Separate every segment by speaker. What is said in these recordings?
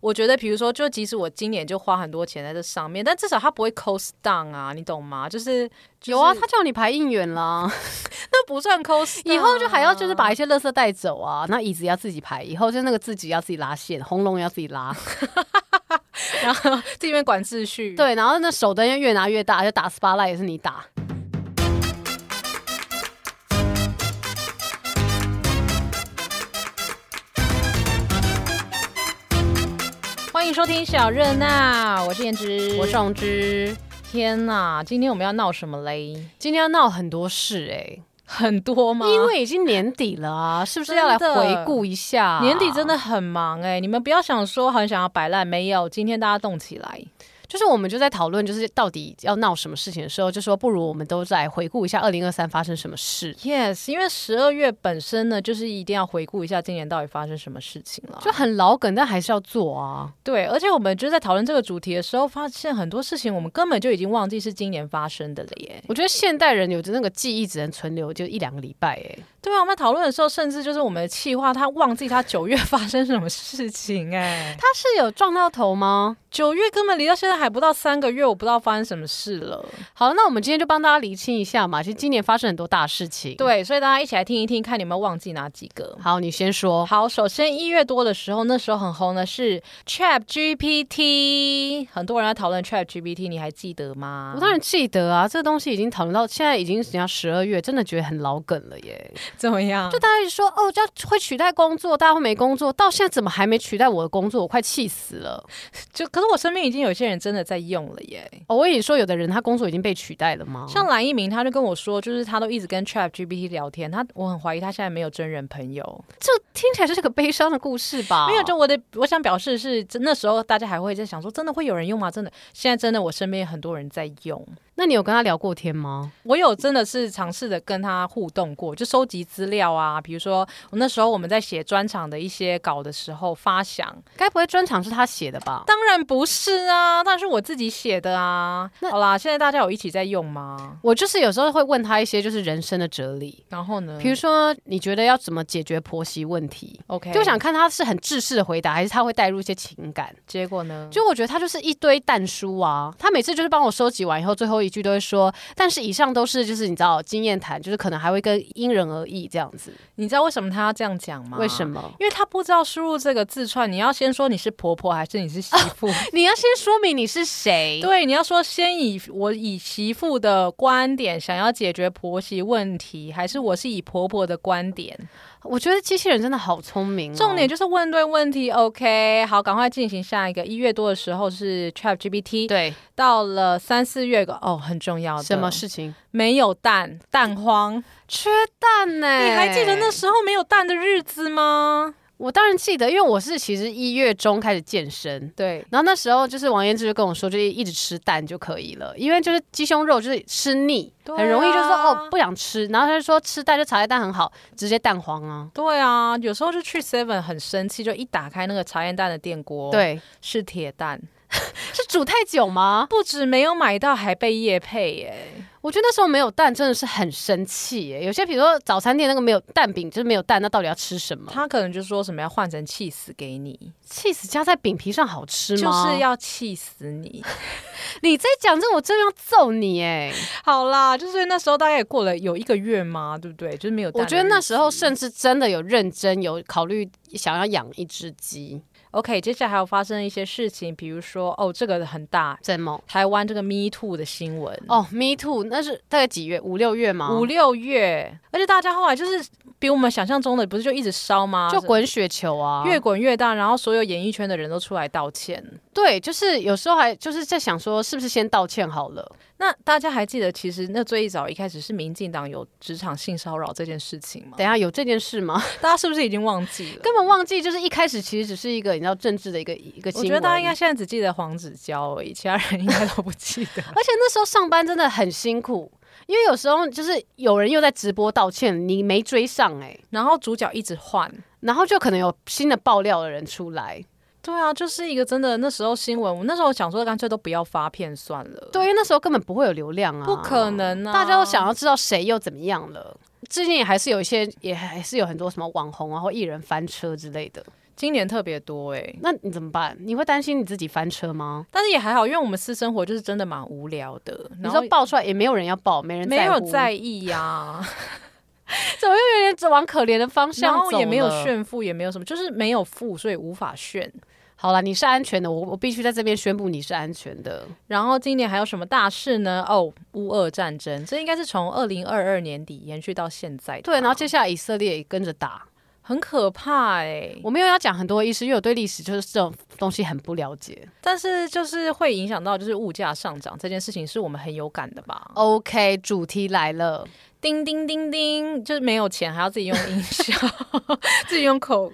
Speaker 1: 我觉得，比如说，就即使我今年就花很多钱在这上面，但至少它不会 cost down 啊，你懂吗？就是、就是啊
Speaker 2: 有啊，他叫你排应援 啦，
Speaker 1: 那不算 cost，down
Speaker 2: 以后就还要就是把一些垃圾带走啊，那椅子要自己排，以后就那个自己要自己拉线，红龙要自 己拉，
Speaker 1: 然后这边管秩序。，
Speaker 2: 对，然后那手灯越拿越大，就打 SPA light 也是你打。
Speaker 1: 欢迎收听小热闹，我是颜值，
Speaker 2: 我上之
Speaker 1: 天呐，今天我们要闹什么嘞？
Speaker 2: 今天要闹很多事哎、
Speaker 1: 很多吗？
Speaker 2: 因为已经年底了啊，是不是
Speaker 1: 真
Speaker 2: 要来
Speaker 1: 的
Speaker 2: 回顾一下？
Speaker 1: 年底真的很忙哎、你们不要想说很想要摆烂，没有，今天大家动起来。
Speaker 2: 就是我们就在讨论，就是到底要闹什么事情的时候，就说不如我们都再回顾一下二零二三发生什么事。
Speaker 1: Yes，因为十二月本身呢，就是一定要回顾一下今年到底发生什么事情了。
Speaker 2: 就很老梗，但还是要做啊。
Speaker 1: 对，而且我们就在讨论这个主题的时候，发现很多事情我们根本就已经忘记是今年发生的了耶。
Speaker 2: 我觉得现代人有的那个记忆只能存留就一两个礼拜、欸，
Speaker 1: 对啊，我们讨论的时候，甚至就是我们的气话，他忘记他九月 发生什么事情哎。
Speaker 2: 他是有撞到头吗？
Speaker 1: 九月根本离到现在还不到三个月，我不知道发生什么事了。
Speaker 2: 好，那我们今天就帮大家理清一下嘛。其实今年发生很多大事情。，
Speaker 1: 对，所以大家一起来听一听，看你们忘记哪几个。
Speaker 2: 好，你先说。
Speaker 1: 好，首先一月多的时候，那时候很红的是 Chat GPT，很多人在讨论 Chat GPT，你还记得吗？
Speaker 2: 我当然记得啊，这个东西已经讨论到现在已经人家十二月，真的觉得很老梗了耶。
Speaker 1: 怎么样？
Speaker 2: 就大家一直说哦，这样会取代工作，大家会没工作，到现在怎么还没取代我的工作？我快气死了！
Speaker 1: 就可是我身边已经有些人真的在用了耶。
Speaker 2: 哦，我也说有的人他工作已经被取代了吗？
Speaker 1: 像蓝一鸣，他就跟我说，就是他都一直跟 Chat GPT 聊天，他我很怀疑他现在没有真人朋友，
Speaker 2: 这听起来是个悲伤的故事吧？
Speaker 1: 没有。就我的我想表示是，真那时候大家还会在想说，真的会有人用吗？真的，现在真的我身边很多人在用，
Speaker 2: 那你有跟他聊过天吗？
Speaker 1: 我有真的是尝试的跟他互动过，就收集资料啊，比如说我那时候我们在写专场的一些稿的时候发想，
Speaker 2: 该不会专场是他写的吧？
Speaker 1: 当然不是啊，但是我自己写的啊。
Speaker 2: 那
Speaker 1: 好啦，现在大家有一起在用吗？
Speaker 2: 我就是有时候会问他一些就是人生的哲理，
Speaker 1: 然后呢？
Speaker 2: 比如说你觉得要怎么解决婆媳问题，
Speaker 1: OK，
Speaker 2: 就想看他是很制式的回答，还是他会带入一些情感。
Speaker 1: 结果呢？
Speaker 2: 就我觉得他就是一堆蛋书啊，他每次就是帮我收集完以后，最后一句都会说，但是以上都是就是你知道经验谈，就是可能还会跟因人而异这样子。
Speaker 1: 你知道为什么他要这样讲吗？
Speaker 2: 为什？么？
Speaker 1: 因为他不知道输入这个字串，你要先说你是婆婆还是你是媳妇。
Speaker 2: 你要先说明你是谁。
Speaker 1: 对，你要说先以我以媳妇的观点想要解决婆媳问题，还是我是以婆婆的观点？
Speaker 2: 我觉得机器人真的好聪明、哦
Speaker 1: 重点。就是问对问题。OK，好，赶快进行下一个。一月多的时候是 Chat GPT，
Speaker 2: 对，
Speaker 1: 到了三四月个哦，很重要的
Speaker 2: 什么事情？
Speaker 1: 没有蛋蛋荒？
Speaker 2: 缺蛋呢、
Speaker 1: 你还记得那时候没有蛋的日子吗？
Speaker 2: 我当然记得，因为我是其实一月中开始健身，
Speaker 1: 对，
Speaker 2: 然后那时候就是王彦之就跟我说，就是一直吃蛋就可以了，因为就是鸡胸肉就是吃腻，
Speaker 1: 对啊
Speaker 2: 很容易就说哦不想吃，然后他就说吃蛋就茶叶蛋很好，直接蛋黄啊。
Speaker 1: 对啊，有时候就去 Seven 很生气，就一打开那个茶叶蛋的电锅，，
Speaker 2: 对，
Speaker 1: 是铁蛋，
Speaker 2: 是煮太久吗？
Speaker 1: 不止没有买到，还被夜配耶。
Speaker 2: 我觉得那时候没有蛋真的是很生气耶。有些比如说早餐店那个没有蛋饼，就是没有蛋，那到底要吃什么？
Speaker 1: 他可能就说什么要换成气死给你，
Speaker 2: 气死加在饼皮上好吃
Speaker 1: 就
Speaker 2: 吗？
Speaker 1: 是要气死你。
Speaker 2: 你再讲这个，我真的要揍你哎！
Speaker 1: 好啦，就是那时候大概也过了有一个月嘛，对不对？就是没有蛋的
Speaker 2: 我
Speaker 1: 日子。
Speaker 2: 觉得那时候甚至真的有认真有考虑想要养一只鸡，
Speaker 1: OK，接下来还有发生一些事情，比如说哦，这个很大，
Speaker 2: 怎么？
Speaker 1: 台湾这个 Me Too 的新闻
Speaker 2: 哦、m e too，那是大概几月？五六月吗？
Speaker 1: 五六月，而且大家后来就是比我们想象中的不是就一直烧吗？
Speaker 2: 就滚雪球啊！
Speaker 1: 越滚越大，然后所有演艺圈的人都出来道歉。
Speaker 2: 对，就是有时候还就是在想说，是不是先道歉好了？
Speaker 1: 那大家还记得，其实那最早一开始是民进党有职场性骚扰这件事情吗？
Speaker 2: 等一下有这件事吗？
Speaker 1: 大家是不是已经忘记了？
Speaker 2: 根本忘记，就是一开始其实只是一个你知道政治的一个一个新
Speaker 1: 我
Speaker 2: 闻。
Speaker 1: 觉得大家应该，现在只记得黄子佼而已，其他人应该都不记 得。
Speaker 2: 而且那时候上班真的很辛苦，因为有时候就是有人又在直播道歉，你没追上哎、
Speaker 1: 然后主角一直换，
Speaker 2: 然后就可能有新的爆料的人出来。
Speaker 1: 对啊，就是一个真的那时候新闻，我那时候想说干脆都不要发片算了，
Speaker 2: 对，因为那时候根本不会有流量啊，
Speaker 1: 不可能啊，
Speaker 2: 大家都想要知道谁又怎么样了。最近也还是有一些，也还是有很多什么网红啊或艺人翻车之类的。
Speaker 1: 今年特别多哎、
Speaker 2: 那你怎么办？你会担心你自己翻车吗？
Speaker 1: 但是也还好，因为我们私生活就是真的蛮无聊的，
Speaker 2: 你
Speaker 1: 然后
Speaker 2: 说爆出来也没有人要爆，没人
Speaker 1: 没有
Speaker 2: 乎
Speaker 1: 在意呀、
Speaker 2: 怎么又有点只往可怜的方
Speaker 1: 然
Speaker 2: 向
Speaker 1: 后
Speaker 2: 走
Speaker 1: 也没有
Speaker 2: 了
Speaker 1: 炫富，也没有什么，就是没有富，所以无法炫。
Speaker 2: 好了，你是安全的，我我必须在这边宣布你是安全的。
Speaker 1: 然后今年还有什么大事呢？哦，乌俄战争，这应该是从二零二二年底延续到现在的吧。
Speaker 2: 对，然后接下来以色列也跟着打。
Speaker 1: 很可怕哎、
Speaker 2: 我没有要讲很多的意思，因为我对历史就是这种东西很不了解。
Speaker 1: 但是就是会影响到就是物价上涨这件事情，是我们很有感的吧？
Speaker 2: OK，主题来了，
Speaker 1: 叮叮叮叮，就是没有钱还要自己用音效， 自己用口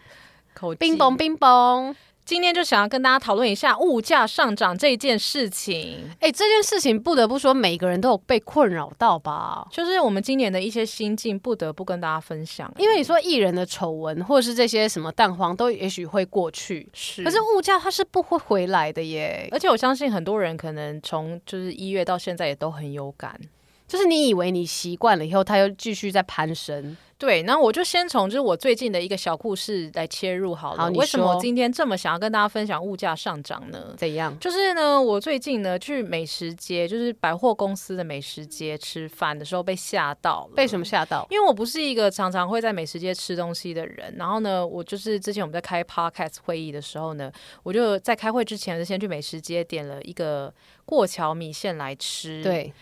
Speaker 1: 口技
Speaker 2: 冰崩。冰崩。
Speaker 1: 今天就想要跟大家讨论一下物价上涨这件事情。
Speaker 2: 哎、这件事情不得不说，每个人都有被困扰到吧。
Speaker 1: 就是我们今年的一些心境，不得不跟大家分享。欸
Speaker 2: 因为你说艺人的丑闻，或者是这些什么蛋黄，都也许会过去，
Speaker 1: 是
Speaker 2: 可
Speaker 1: 可是
Speaker 2: 是物价它是不会回来的耶。
Speaker 1: 而且我相信很多人可能从就是一月到现在也都很有感。
Speaker 2: 就是你以为你习惯了以后，它又继续在攀升。
Speaker 1: 对，那我就先从就是我最近的一个小故事来切入好了。
Speaker 2: 好你
Speaker 1: 为什么
Speaker 2: 说
Speaker 1: 我今天这么想要跟大家分享物价上涨呢？
Speaker 2: 怎样？
Speaker 1: 就是呢，我最近呢去美食街，就是百货公司的美食街吃饭的时候被吓到了。
Speaker 2: 被什么吓到？
Speaker 1: 因为我不是一个常常会在美食街吃东西的人，然后呢，我就是之前我们在开 podcast 会议的时候呢，我就在开会之前就先去美食街点了一个过桥米线来吃。，
Speaker 2: 对，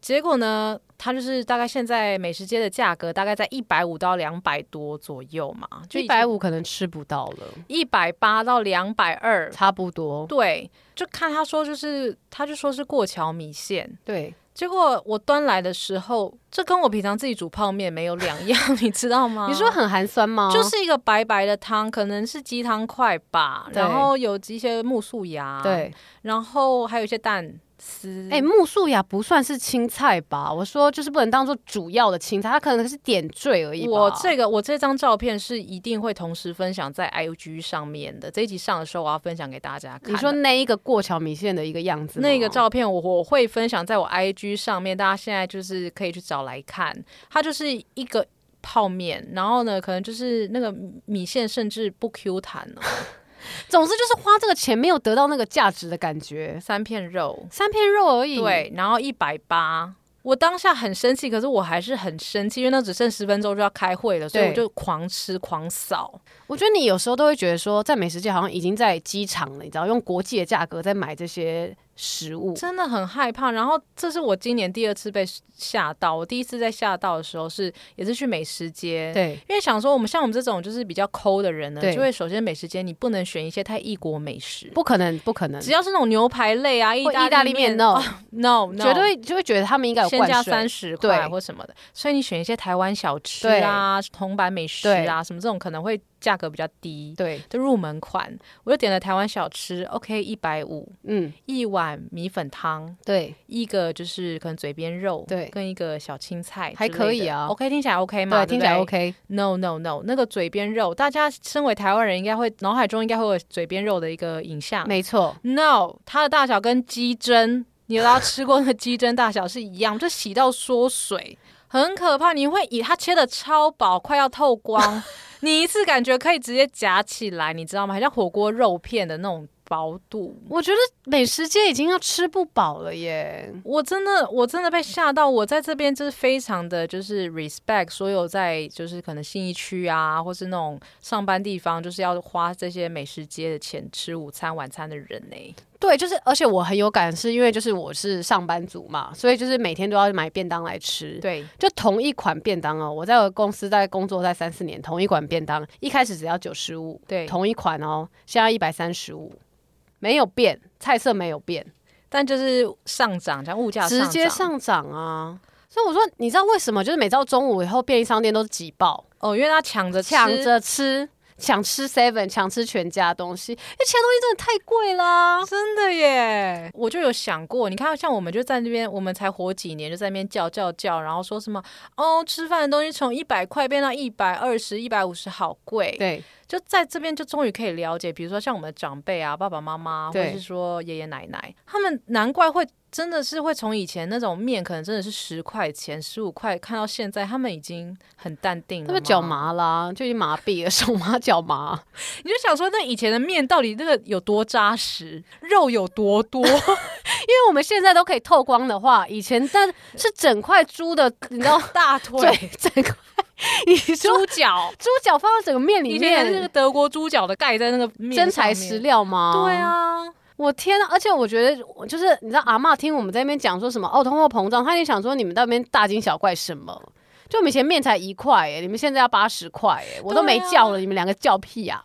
Speaker 1: 结果呢，它就是大概现在美食街的价格大概在一百五到两百多左右嘛，就
Speaker 2: 一百五可能吃不到了，
Speaker 1: 一百八到两百二。
Speaker 2: 差不多。
Speaker 1: 对，就看他说就是，他就说是过桥米线。
Speaker 2: 对，
Speaker 1: 结果我端来的时候，这跟我平常自己煮泡面没有两样，你知道吗？
Speaker 2: 你说很哦寒酸吗？
Speaker 1: 啊就是一个白白的汤，可能是鸡汤块吧，
Speaker 2: 对
Speaker 1: 然后有一些木素芽，，
Speaker 2: 对，
Speaker 1: 然后还有一些蛋丝，
Speaker 2: 哎、木素芽不算是青菜吧？我说就是不能当做主要的青菜，它可能是点缀而已吧。
Speaker 1: 我这个我这张照片是一定会同时分享在 IG 上面的，这一集上的时候我要分享给大家看的。
Speaker 2: 你说那一个过桥米线的一个样子吗，
Speaker 1: 那个照片我我会分享在我 IG 上面，大家现在就是可以去找来看。它就是一个泡面，然后呢，可能就是那个米线甚至不 Q 弹哦了，
Speaker 2: 总之就是花这个钱没有得到那个价值的感觉，
Speaker 1: 三片 肉，
Speaker 2: 三片肉而已。，
Speaker 1: 对，然后一百八。我当下很生气，可是我还是很生气，因为那只剩十分钟就要开会了，所以
Speaker 2: 对
Speaker 1: 我就狂吃狂扫。
Speaker 2: 我觉得你有时候都会觉得说，在美食界好像已经在机场了，你知道，用国际的价格在买这些食物。
Speaker 1: 真的很害怕。然后这是我今年第二次被吓到，我第一次在吓到的时候是也是去美食街。
Speaker 2: 对，
Speaker 1: 因为想说，我们像我们这种就是比较抠的人呢，
Speaker 2: 对
Speaker 1: 就会首先美食街你不能选一些太异国美食，
Speaker 2: 不可能，不可能，
Speaker 1: 只要是那种牛排类啊、意
Speaker 2: 或意大利面哦
Speaker 1: 面
Speaker 2: no，
Speaker 1: no no，
Speaker 2: 绝对就会觉得他们应该有
Speaker 1: 先加
Speaker 2: 灌
Speaker 1: 三
Speaker 2: 水。
Speaker 1: 十块
Speaker 2: 对
Speaker 1: 或什么的，所以你选一些台湾小吃啊、铜板美食啊什么这种，可能会价格比较低，
Speaker 2: 对，
Speaker 1: 就入门款。我就点了台湾小吃，OK，一百五
Speaker 2: 嗯，
Speaker 1: 一碗米粉汤，
Speaker 2: 对，
Speaker 1: 一个就是可能嘴边肉，
Speaker 2: 对
Speaker 1: 跟一个小青菜之类的，
Speaker 2: 还可以啊
Speaker 1: ，OK，听起来 OK 嘛，
Speaker 2: 对，
Speaker 1: 对
Speaker 2: 听
Speaker 1: 不
Speaker 2: 起来
Speaker 1: 对
Speaker 2: OK。
Speaker 1: No no no，那个嘴边肉，大家身为台湾人，应该会脑海中应该会有嘴边肉的一个影像。
Speaker 2: 没错，
Speaker 1: No，它的大小跟鸡胗，你有大家吃过那个鸡胗大小是一样，就洗到缩水，很可怕。你会以它切的超薄，快要透 光，你一次感觉可以直接夹起来，你知道吗？很像火锅肉片的那种薄度。
Speaker 2: 我觉得美食街已经要吃不饱了耶。
Speaker 1: 我真的，我真的被吓到。我在这边就是非常的，就是 respect 所有在就是可能信义区啊，或是那种上班地方，就是要花这些美食街的钱吃午餐、晚餐的人呢、
Speaker 2: 对，就是，而且我很有感，是因为就是我是上班族嘛，所以就是每天都要买便当来吃。
Speaker 1: 对，
Speaker 2: 就同一款便当哦，我在我公司大概工作在三四年，同一款便当一开始只要九十五，
Speaker 1: 对
Speaker 2: 同一款哦，现在一百三十五，没有变，菜色没有变，
Speaker 1: 但就是上涨，像物价
Speaker 2: 直接
Speaker 1: 涨
Speaker 2: 上涨啊！所以我说，你知道为什么？就是每到中午以后，便利商店都挤爆，
Speaker 1: 哦，因为他抢着吃
Speaker 2: 抢，着吃，抢吃 seven，抢吃全家的东西，因为其他东西真的太贵啦。
Speaker 1: 真的耶！我就有想过，你看，像我们就在那边，我们才活几年，就在那边叫叫叫，然后说什么哦，吃饭的东西从一百块变到一百二十、一百五十，好贵。
Speaker 2: 对，
Speaker 1: 就在这边就终于可以了解，比如说像我们的长辈啊，爸爸妈妈，或
Speaker 2: 对
Speaker 1: 者是说爷爷奶奶，他们难怪会真的是会从以前那种面可能真的是十块钱、十五块，看到现在他们已经很淡定了。
Speaker 2: 他们脚？麻啦、就已经麻痹了， 手麻脚麻。
Speaker 1: 你就想说那以前的面到底那个有多扎实，肉有多 多？
Speaker 2: 因为我们现在都可以透光的话，以前但是整块猪的，你知道，
Speaker 1: 大腿、
Speaker 2: 对，整块，你说
Speaker 1: 猪脚，
Speaker 2: 猪脚放到整个面 里
Speaker 1: 以前还是那
Speaker 2: 面
Speaker 1: 个，德国猪脚的盖在那个面
Speaker 2: 真材
Speaker 1: 上
Speaker 2: 实
Speaker 1: 面。
Speaker 2: 料吗？
Speaker 1: 对。啊，
Speaker 2: 我天啊！而且我觉得，我就是你知道，阿嬷听我们在那边讲说什么哦，通货膨胀，她也想说你们那边大惊小怪什么？就我们以前面才一块耶，你们现在要八十块耶，我都没
Speaker 1: 对啊
Speaker 2: 叫了，你们两个叫屁啊！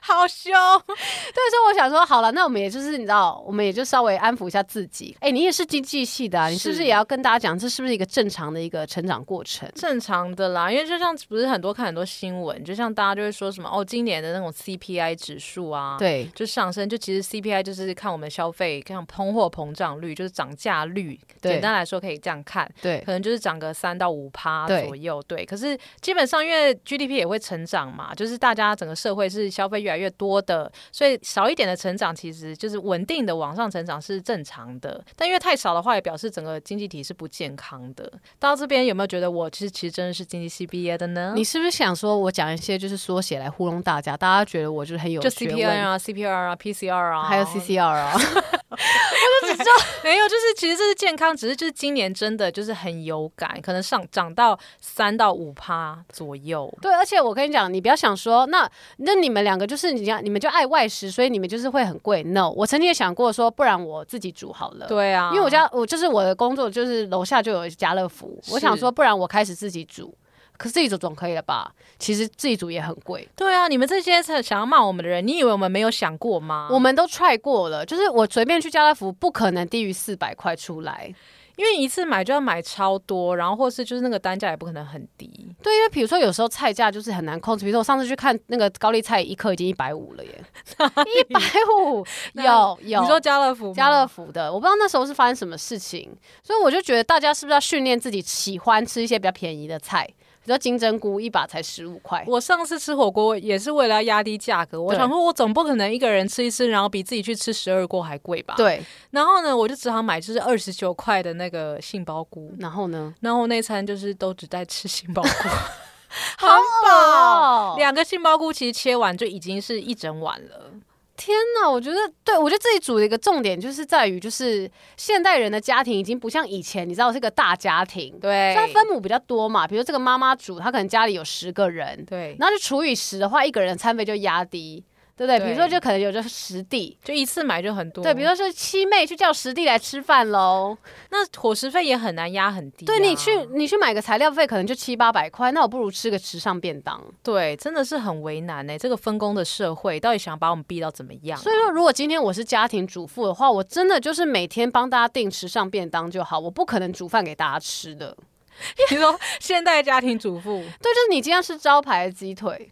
Speaker 1: 好凶！
Speaker 2: 对，所以我想说，好了，那我们也就是你知道，我们也就稍微安抚一下自己。哎，你也是经济系的、啊，你是不是
Speaker 1: 是
Speaker 2: 也要跟大家讲，这是不是一个正常的一个成长过程？
Speaker 1: 正常的啦，因为就像不是很多看很多新闻，就像大家就会说什么哦，今年的那种 CPI 指数啊，，
Speaker 2: 对，
Speaker 1: 就上升。就其实 CPI 就是看我们消费，看通货膨胀率，就是涨价率。
Speaker 2: 对
Speaker 1: 简单来说可以这样看，
Speaker 2: 对，
Speaker 1: 可能就是涨个三到五趴
Speaker 2: 对
Speaker 1: 左右。对，可是基本上因为 GDP 也会成长嘛，就是大家整个社会是消费越来越多的，所以少一点的成长其实就是稳定的往上成长是正常的。但因为太少的话，也表示整个经济体是不健康的。到这边有没有觉得我其实其实真的是经济系毕业的呢？
Speaker 2: 你是不是想说我讲一些就是缩写来糊弄大家，大家觉得我就是很有
Speaker 1: 就
Speaker 2: 学
Speaker 1: CPI
Speaker 2: 问？
Speaker 1: 啊、CPR 啊、PCR 啊，
Speaker 2: 还有 CCR 啊，
Speaker 1: 没有，就是其实这是健康，只是就是今年真的就是很有感，可能上涨到三到五趴左右。
Speaker 2: 对，而且我跟你讲，你不要想说，那那你们两个就是你要你们就爱外食，所以你们就是会很贵。No，我曾经也想过说，不然我自己煮好了。、
Speaker 1: 对啊，
Speaker 2: 因为我家我就是我的工作就是楼下就有家乐福，我想
Speaker 1: 是
Speaker 2: 说，不然我开始自己煮。可是自己煮总可以了吧？其实自己煮也很贵，
Speaker 1: 对啊，你们这些想要骂我们的人，你以为我们没有想过吗？
Speaker 2: 我们都 try 过了，就是我随便去家乐福，不可能低于四百块出来。
Speaker 1: 因为一次买就要买超多，然后或是就是那个单价也不可能很低。
Speaker 2: 对，因为比如说有时候菜价就是很难控制，比如说我上次去看那个高丽菜一克已经一百五 了耶，一百五有有，
Speaker 1: 你说家乐福吗，
Speaker 2: 家乐福的，我不知道那时候是发生什么事情，所以我就觉得大家是不是要训练自己喜欢吃一些比较便宜的菜，比如说金针菇一把才十五块。
Speaker 1: 我上次吃火锅也是为了要压低价格，我
Speaker 2: 对
Speaker 1: 想说，我总不可能一个人吃一吃，然后比自己去吃十二锅还贵吧？。
Speaker 2: 对，
Speaker 1: 然后呢，我就只好买就是二十九块的那个杏鲍菇，
Speaker 2: 然后呢？
Speaker 1: 然后那餐就是都只在吃杏鲍菇，
Speaker 2: 好
Speaker 1: 很饱。
Speaker 2: 哦，
Speaker 1: 两个杏鲍菇其实切完就已经是一整碗了。
Speaker 2: 天哪！我觉得，对我觉得自己煮的一个重点就是在于，就是现代人的家庭已经不像以前，你知道是个大家庭，
Speaker 1: 对，
Speaker 2: 虽然分母比较多嘛，比如这个妈妈煮，她可能家里有十个人，
Speaker 1: 对，
Speaker 2: 然后就除以十的话，一个人的餐费就压低，对不对？
Speaker 1: 对
Speaker 2: 比如说就可能有就是十弟，
Speaker 1: 就一次买就很多。
Speaker 2: 对，比如说是七妹去叫十弟来吃饭喽，
Speaker 1: 那伙食费也很难压很低啊、
Speaker 2: 对你去你去买个材料费可能就七八百块，那我不如吃个时尚便当。
Speaker 1: 对，真的是很为难呢、欸这个分工的社会到底想把我们逼到怎么样啊？
Speaker 2: 所以说，如果今天我是家庭主妇的话，我真的就是每天帮大家订时尚便当就好，我不可能煮饭给大家吃的。
Speaker 1: 你说现代家庭主 妇，
Speaker 2: 对，就是你今天吃招牌的鸡腿，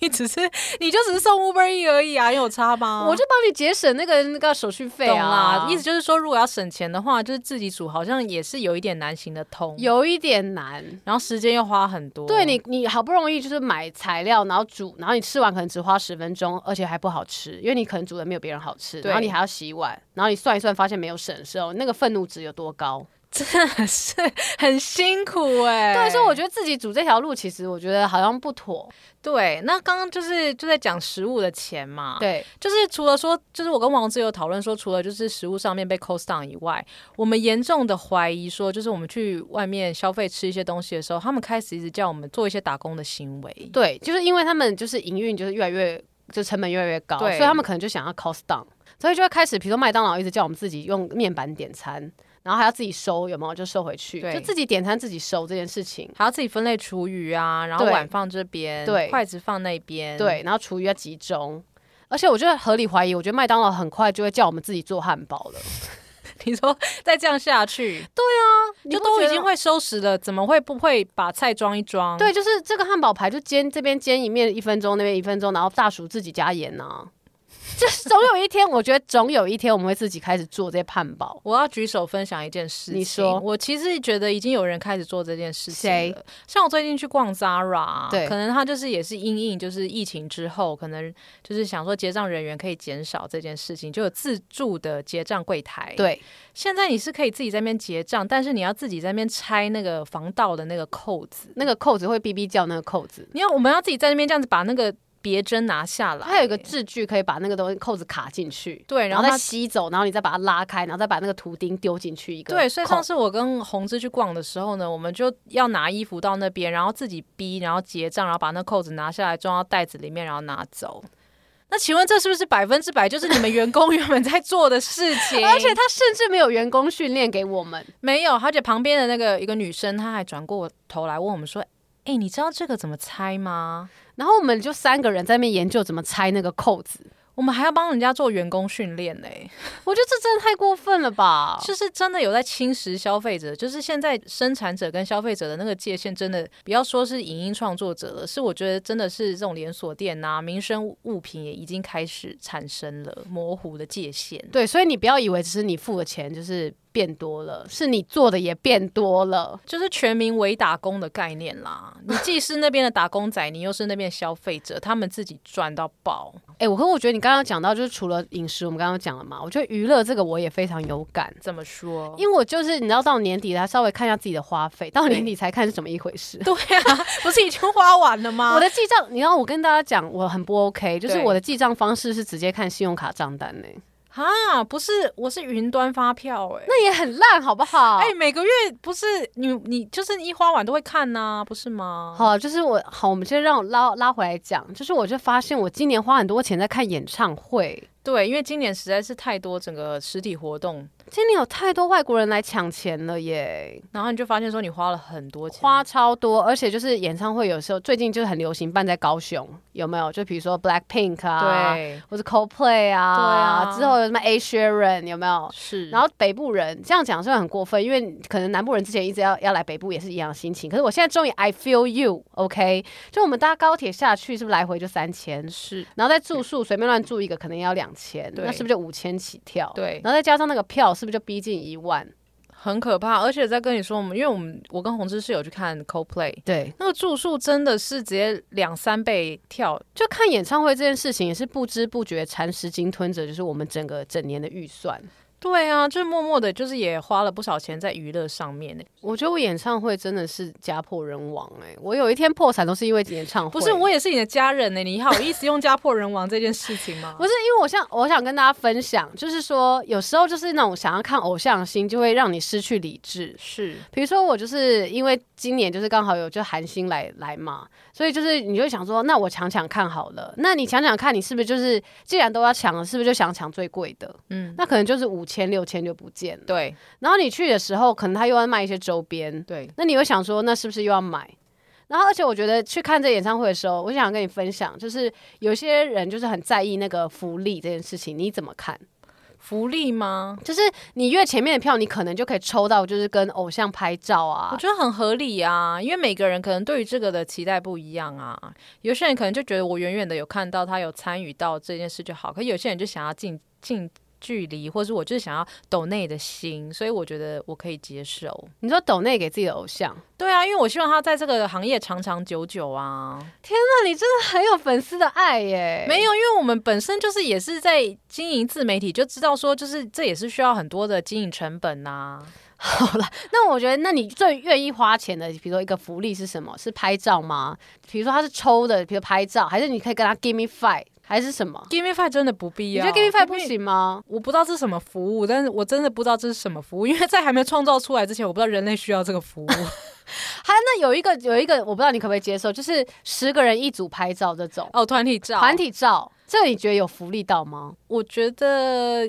Speaker 1: 你只是你就只是送 Uber E 而已啊，有差吗？
Speaker 2: 我就帮你节省那个那个手续费
Speaker 1: 懂
Speaker 2: 啊
Speaker 1: 啦，，意思就是说，如果要省钱的话，就是自己煮好像也是有一点难行得通，，
Speaker 2: 有一点难。
Speaker 1: 然后时间又花很多，
Speaker 2: 对你，你好不容易就是买材料，然后煮，然后你吃完可能只花十分钟，而且还不好吃，因为你可能煮的没有别人好吃，
Speaker 1: 对
Speaker 2: 然后你还要洗碗，然后你算一算发现没有省时候，那个愤怒值有多高？
Speaker 1: 真的是很辛苦哎、
Speaker 2: 对，所以我觉得自己煮这条路，其实我觉得好像不妥。
Speaker 1: 对，那刚刚就是就在讲食物的钱嘛，，
Speaker 2: 对，
Speaker 1: 就是除了说，就是我跟王志友讨论说，除了就是食物上面被 cost down 以外，我们严重的怀疑说，就是我们去外面消费吃一些东西的时候，他们开始一直叫我们做一些打工的行为。
Speaker 2: 对，就是因为他们就是营运就是越来越就成本越来越高，所
Speaker 1: 对
Speaker 2: 以他们可能就想要 cost down，所以就会开始，比如说麦当劳一直叫我们自己用面板点餐，然后还要自己收，有没有就收回去，
Speaker 1: 对
Speaker 2: 就自己点餐自己收这件事情。
Speaker 1: 还要自己分类厨余啊，然后
Speaker 2: 对
Speaker 1: 碗放这边，
Speaker 2: 对
Speaker 1: 筷子放那边，
Speaker 2: 对，然后厨余要集中。而且我觉得合理怀疑，我觉得麦当劳很快就会叫我们自己做汉堡了，
Speaker 1: 你说再这样下去，
Speaker 2: 你
Speaker 1: 就
Speaker 2: 不
Speaker 1: 都
Speaker 2: 觉
Speaker 1: 已
Speaker 2: 得
Speaker 1: 经会收拾了，怎么会不会把菜装一装？
Speaker 2: 对，就是这个汉堡排就煎这边煎一面一分钟，那边一分钟，然后大厨自己加盐呐、就是总有一天，我觉得总有一天我们会自己开始做这些判保。
Speaker 1: 我要举手分享一件事情。
Speaker 2: 你说
Speaker 1: 我其实觉得已经有人开始做这件事情
Speaker 2: 谁
Speaker 1: 了。像我最近去逛 Zara，啊
Speaker 2: 对
Speaker 1: 可能他就是也是因应就是疫情之后，可能就是想说结账人员可以减少这件事情，就有自助的结账柜台。，
Speaker 2: 对，
Speaker 1: 现在你是可以自己在那边结账，但是你要自己在那边拆那个防盗的那个扣子，
Speaker 2: 那个扣子会哔哔叫，那个扣子，
Speaker 1: 你要我们要自己在那边这样子把那个别针拿下来。
Speaker 2: 它有一个字句可以把那个东西扣子卡进去，
Speaker 1: 对，
Speaker 2: 然
Speaker 1: 然后
Speaker 2: 后再
Speaker 1: 它
Speaker 2: 吸走，然后你再把它拉开，然后再把那个图钉丢进去一个。
Speaker 1: 对，所以上次我跟红芝去逛的时候呢，我们就要拿衣服到那边，然后自己逼，然后结账，然后把那扣子拿下来装到袋子里面，然后拿走。那请问这是不是百分之百就是你们员工 原本在做的事情？
Speaker 2: 而且他甚至没有员工训练给我们，
Speaker 1: 没有，而且旁边的那个一个女生，她还转过头来问我们说：“哎、你知道这个怎么拆吗？
Speaker 2: 然后我们就三个人在那边研究怎么拆那个扣子。
Speaker 1: 我们还要帮人家做员工训练呢、
Speaker 2: 我觉得这真的太过分了吧？
Speaker 1: 就是真的有在侵蚀消费者，就是现在生产者跟消费者的那个界限，真的不要说是影音创作者了，是我觉得真的是这种连锁店呐、民生物品也已经开始产生了模糊的界限。
Speaker 2: 对，所以你不要以为只是你付的钱就是变多了，是你做的也变多了。
Speaker 1: 就是全民为打工的概念啦，你既是那边的打工仔，你又是那边的消费者，他们自己赚到爆。
Speaker 2: 哎、我可我觉得你刚刚讲到，就是除了饮食，我们刚刚讲了嘛，我觉得娱乐这个我也非常有感，
Speaker 1: 怎么说？
Speaker 2: 因为我就是你知道到年底了，稍微看一下自己的花费，到
Speaker 1: 对
Speaker 2: 年底才看是怎么一回事。
Speaker 1: 对啊， 不是已经花完了吗？
Speaker 2: 我的记账，你知道我跟大家讲，我很不 OK，就是
Speaker 1: 啊对
Speaker 2: 我的记账方式是直接看信用卡账单呢、
Speaker 1: 啊，不是，我是云端发票哎、
Speaker 2: 那也很烂，好不好？
Speaker 1: 哎、每个月不是你你就是你一花完都会看呐、不是吗？
Speaker 2: 好，就是我好，我们先让我拉拉回来讲，就是我就发现我今年花很多钱在看演唱会，
Speaker 1: 对，因为今年实在是太多整个实体活动，
Speaker 2: 今年有太多外国人来抢钱了耶，
Speaker 1: 然后你就发现说你花了很多钱，
Speaker 2: 花超多，而且就是演唱会有时候最近就是很流行办在高雄，有没有？就比如说 Black Pink 啊，，
Speaker 1: 对
Speaker 2: 或者 Coldplay 啊，
Speaker 1: 对啊
Speaker 2: 之后有什么 A Sheeran 有没有？
Speaker 1: 是，
Speaker 2: 然后北部人这样讲虽然很过分，因为可能南部人之前一直要要来北部也是一样的心情，可是我现在终于 I feel you，OK？、就我们搭高铁下去，是不是来回就三千？
Speaker 1: 是
Speaker 2: 然后再住宿随便乱住一个，可能也要两千，
Speaker 1: 对
Speaker 2: 那是不是就五千起跳？
Speaker 1: 对
Speaker 2: 然后再加上那个票，是不是就逼近一万？
Speaker 1: 很可怕。而且在跟你说，我们因为我们我跟红芝是有去看 CoPlay，
Speaker 2: 对，
Speaker 1: 那个住宿真的是直接两三倍跳，
Speaker 2: 就看演唱会这件事情，也是不知不觉蚕食鲸吞着，就是我们整个整年的预算。
Speaker 1: 对啊，就是默默的，就是也花了不少钱在娱乐上面呢、
Speaker 2: 我觉得我演唱会真的是家破人亡哎、我有一天破产都是因为演唱会，
Speaker 1: 不是，我也是你的家人呢、你好意思用家破人亡这件事情 吗？
Speaker 2: 不是因为我想我想跟大家分享，就是说有时候就是那种想要看偶像的心，就会让你失去理智。
Speaker 1: 是，
Speaker 2: 比如说我就是因为今年就是刚好有就韩星来来嘛，所以就是你就会想说，那我抢抢看好了。那你抢抢看，你是不是就是既然都要抢了，是不是就想抢最贵的？
Speaker 1: 嗯，
Speaker 2: 那可能就是五千六千就不见了。
Speaker 1: 对
Speaker 2: 然后你去的时候，可能他又要卖一些周边，
Speaker 1: 对，
Speaker 2: 那你会想说，那是不是又要买？然后，而且我觉得去看这演唱会的时候，我想跟你分享，就是有些人就是很在意那个福利这件事情，你怎么看？
Speaker 1: 福利吗？
Speaker 2: 就是你越前面的票，你可能就可以抽到，就是跟偶像拍照啊
Speaker 1: 我，觉得很合理啊，因为每个人可能对于这个的期待不一样啊。有些人可能就觉得我远远的有看到他有参与到这件事就好，可有些人就想要近近距离，或是我就是想要抖内的心，所以我觉得我可以接受。
Speaker 2: 你说抖内给自己的偶像，
Speaker 1: 对啊，因为我希望他在这个行业长长久久啊。
Speaker 2: 那你真的很有粉丝的爱耶！
Speaker 1: 没有，因为我们本身就是也是在经营自媒体，就知道说就是这也是需要很多的经营成本啊呐、
Speaker 2: 那我觉得，那你最愿意花钱的，比如说一个福利是什么？是拍照吗？比如说他是抽的，比如拍照，还是你可以跟他 give me five，还是什么？
Speaker 1: Give me five 真的不必
Speaker 2: 你
Speaker 1: 要，
Speaker 2: 觉得 give me five 不行吗？
Speaker 1: 我不知道这是什么服务，但是我真的不知道这是什么服务，因为在还没有创造出来之前，我不知道人类需要这个服务。
Speaker 2: 还有那有一个有一个，我不知道你可不可以接受，就是十个人一组拍照这种
Speaker 1: 哦，团体照，
Speaker 2: 团，体照，这你觉得有福利到吗？
Speaker 1: 我觉得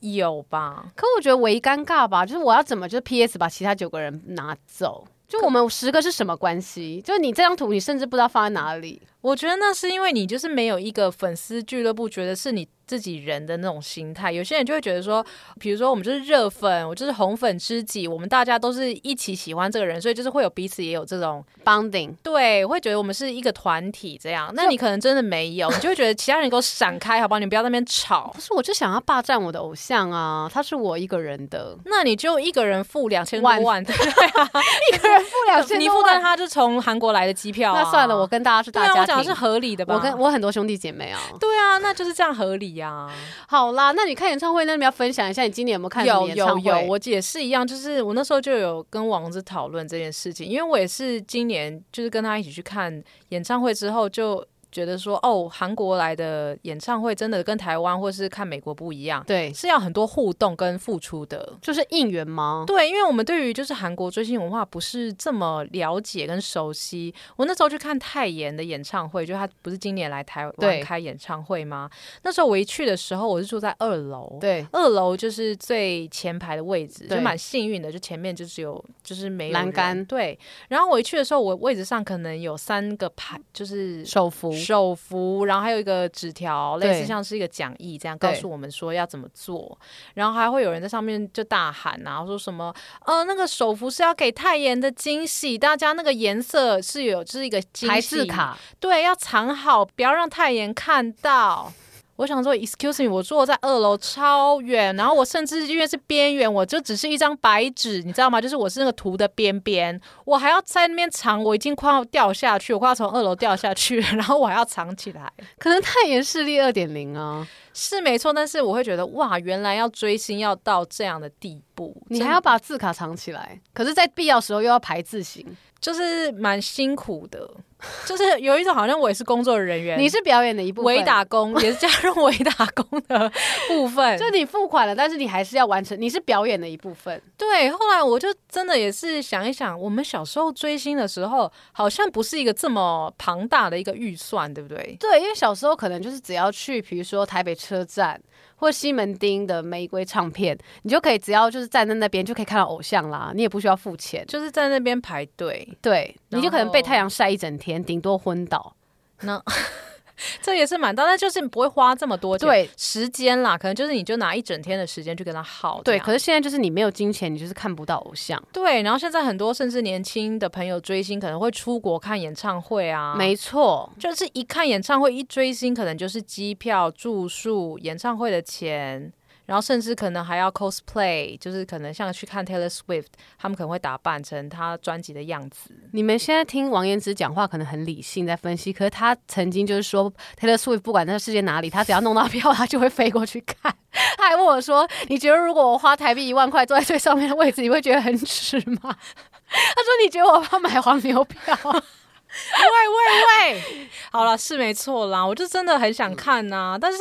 Speaker 1: 有吧。
Speaker 2: 可我觉得唯尴尬吧，就是我要怎么就是 PS 把其他九个人拿走？就我们十个是什么关系？就是你这张图，你甚至不知道放在哪里。
Speaker 1: 我觉得那是因为你就是没有一个粉丝俱乐部，觉得是你自己人的那种心态。有些人就会觉得说，比如说我们就是热粉，我就是红粉知己，我们大家都是一起喜欢这个人，所以就是会有彼此也有这种
Speaker 2: bonding。
Speaker 1: 对，会觉得我们是一个团体这样。那你可能真的没有，你就会觉得其他人给我闪开，好不好？你不要在那边吵
Speaker 2: 不。是，我就想要霸占我的偶像啊，他是我一个人的，
Speaker 1: 那你就一个人付两千多
Speaker 2: 万
Speaker 1: 万，对啊，
Speaker 2: 一个人付两千，
Speaker 1: 你负担他就从韩国来的机票啊、
Speaker 2: 那算了，我跟大家是
Speaker 1: 对
Speaker 2: 大
Speaker 1: 啊，
Speaker 2: 家
Speaker 1: 我讲的是
Speaker 2: 庭。
Speaker 1: 合理的吧？
Speaker 2: 我跟我很多兄弟姐妹啊，
Speaker 1: 对啊，那就是这样合理啊。
Speaker 2: 好啦，那你看演唱会，那你要分享一下你今年有没有看什么
Speaker 1: 有
Speaker 2: 演唱
Speaker 1: 有
Speaker 2: 会？
Speaker 1: 有，我也是一样，就是我那时候就有跟王子讨论这件事情，因为我也是今年就是跟他一起去看演唱会之后就。觉得说哦，韩国来的演唱会真的跟台湾或是看美国不一样，
Speaker 2: 对，
Speaker 1: 是要很多互动跟付出的。
Speaker 2: 就是应援吗？
Speaker 1: 对，因为我们对于就是韩国追星文化不是这么了解跟熟悉。我那时候去看泰妍的演唱会，就他不是今年来台
Speaker 2: 对
Speaker 1: 湾开演唱会吗？那时候我一去的时候，我是住在二楼。
Speaker 2: 对，
Speaker 1: 二楼就是最前排的位置，
Speaker 2: 对
Speaker 1: 就蛮幸运的，就前面就只有就是没有
Speaker 2: 栏
Speaker 1: 人
Speaker 2: 杆
Speaker 1: 对，然后我一去的时候，我位置上可能有三个牌，就是
Speaker 2: 手幅
Speaker 1: 手幅，然后还有一个纸条，
Speaker 2: 对
Speaker 1: 类似像是一个讲义这样，
Speaker 2: 对
Speaker 1: 告诉我们说要怎么做。然后还会有人在上面就大喊啊，说什么呃那个手幅是要给泰妍的惊喜，大家那个颜色是有就是一个惊
Speaker 2: 牌
Speaker 1: 喜
Speaker 2: 字，卡，
Speaker 1: 对，要藏好，不要让泰妍看到。我想说，excuse me，我坐在二楼超远，然后我甚至因为是边缘，我就只是一张白纸，你知道吗？就是我是那个图的边边，我还要在那边藏，我已经快要掉下去，我快要从二楼掉下去了，然后我还要藏起来。
Speaker 2: 可能太妍视力二点零啊，
Speaker 1: 是没错，但是我会觉得哇，原来要追星要到这样的地步，
Speaker 2: 你
Speaker 1: 真
Speaker 2: 还要把字卡藏起来，可是，在必要时候又要排字型。
Speaker 1: 就是蛮辛苦的，就是有一种好像我也是工作人员，
Speaker 2: 你是表演的一部分，
Speaker 1: 伪打工，也是加入伪打工的部分，
Speaker 2: 就你付款了，但是你还是要完成，你是表演的一部分。
Speaker 1: 对，后来我就真的也是想一想，我们小时候追星的时候，好像不是一个这么庞大的一个预算，对不对？
Speaker 2: 对，因为小时候可能就是只要去，比如说台北车站或西门町的玫瑰唱片，你就可以只要就是站在那边就可以看到偶像啦，你也不需要付钱。
Speaker 1: 就是在那边排队，
Speaker 2: 对，你
Speaker 1: 然
Speaker 2: 就可能被
Speaker 1: 后
Speaker 2: 太阳晒一整天，顶多昏倒。
Speaker 1: 那这也是蛮大，但就是不会花这么多钱。
Speaker 2: 对
Speaker 1: 时间啦，可能就是你就拿一整天的时间去跟他耗这
Speaker 2: 对，
Speaker 1: 样。
Speaker 2: 可是现在就是你没有金钱，你就是看不到偶像。
Speaker 1: 对，然后现在很多甚至年轻的朋友追星，可能会出国看演唱会啊，
Speaker 2: 没错，
Speaker 1: 就是一看演唱会一追星，可能就是机票、住宿、演唱会的钱，然后甚至可能还要 cosplay，就是可能像去看 Taylor Swift，他们可能会打扮成他专辑的样子。
Speaker 2: 你们现在听王彦之讲话可能很理性在分析，可是他曾经就是说 Taylor Swift 不管在世界哪里，他只要弄到票，他就会飞过去看。他还问我说：“你觉得如果我花台币一万块坐在最上面的位置，你会觉得很耻吗？”他说：“你觉得我要买黄牛票？
Speaker 1: 喂喂喂，好了，是没错啦，我就真的很想看呐、但是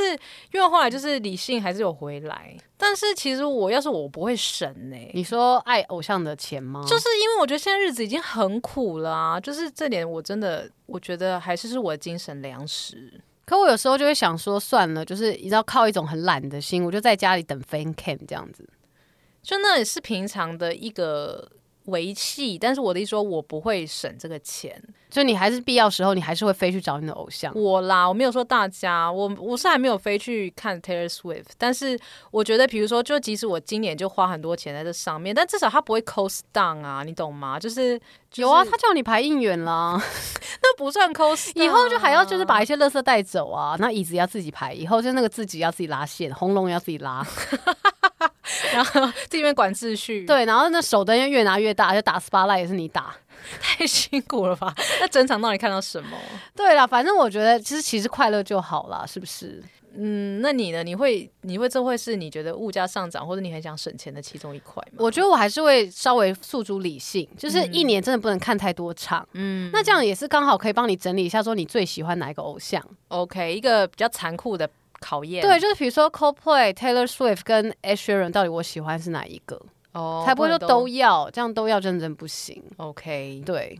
Speaker 1: 因为后来就是理性还是有回来，但是其实我要是我不会省呢、
Speaker 2: 你说爱偶像的钱吗？”
Speaker 1: 就是因为我觉得现在日子已经很苦了、啊，就是这点我真的我觉得还是是我的精神粮食。
Speaker 2: 可我有时候就会想说，算了，就是你知道靠一种很懒的心，我就在家里等 fan cam 这样子。
Speaker 1: 就那也是平常的一个维系，但是我的意思说，我不会省这个钱。
Speaker 2: 就你还是必要时候，你还是会飞去找你的偶像。
Speaker 1: 我啦，我没有说大家，我我是还没有飞去看 Taylor Swift，但是我觉得，比如说，就即使我今年就花很多钱在这上面，但至少他不会 cost down 啊，你懂吗？就是、就是
Speaker 2: 有啊，啊他叫你排应援啦。
Speaker 1: 那不算 cost，down 啊
Speaker 2: 以后就还要就是把一些垃圾带走啊，那椅子要自己排，以后就那个自己要自己拉线，红龙要自己 拉，
Speaker 1: 然后这边管秩序，，
Speaker 2: 对，然后那手灯又越拿越大，就打 SPA 赖也是你打。
Speaker 1: 太辛苦了吧？那整场到底看到什么？
Speaker 2: 对啦，反正我觉得其实其实快乐就好啦，是不是？
Speaker 1: 嗯，那你呢？你会你会这会是你觉得物价上涨，或者你很想省钱的其中一块吗？
Speaker 2: 我觉得我还是会稍微诉诸理性，就是一年真的不能看太多场。嗯，那这样也是刚好可以帮你整理一下，说你最喜欢哪一个偶像。
Speaker 1: OK，一个比较残酷的考验。
Speaker 2: 对，就是比如说 Coldplay、Taylor Swift 跟 Ed Sheeran，到底我喜欢是哪一个？
Speaker 1: 哦
Speaker 2: 才不会说
Speaker 1: 能
Speaker 2: 都要，这样都要真真不行。
Speaker 1: OK。
Speaker 2: 对，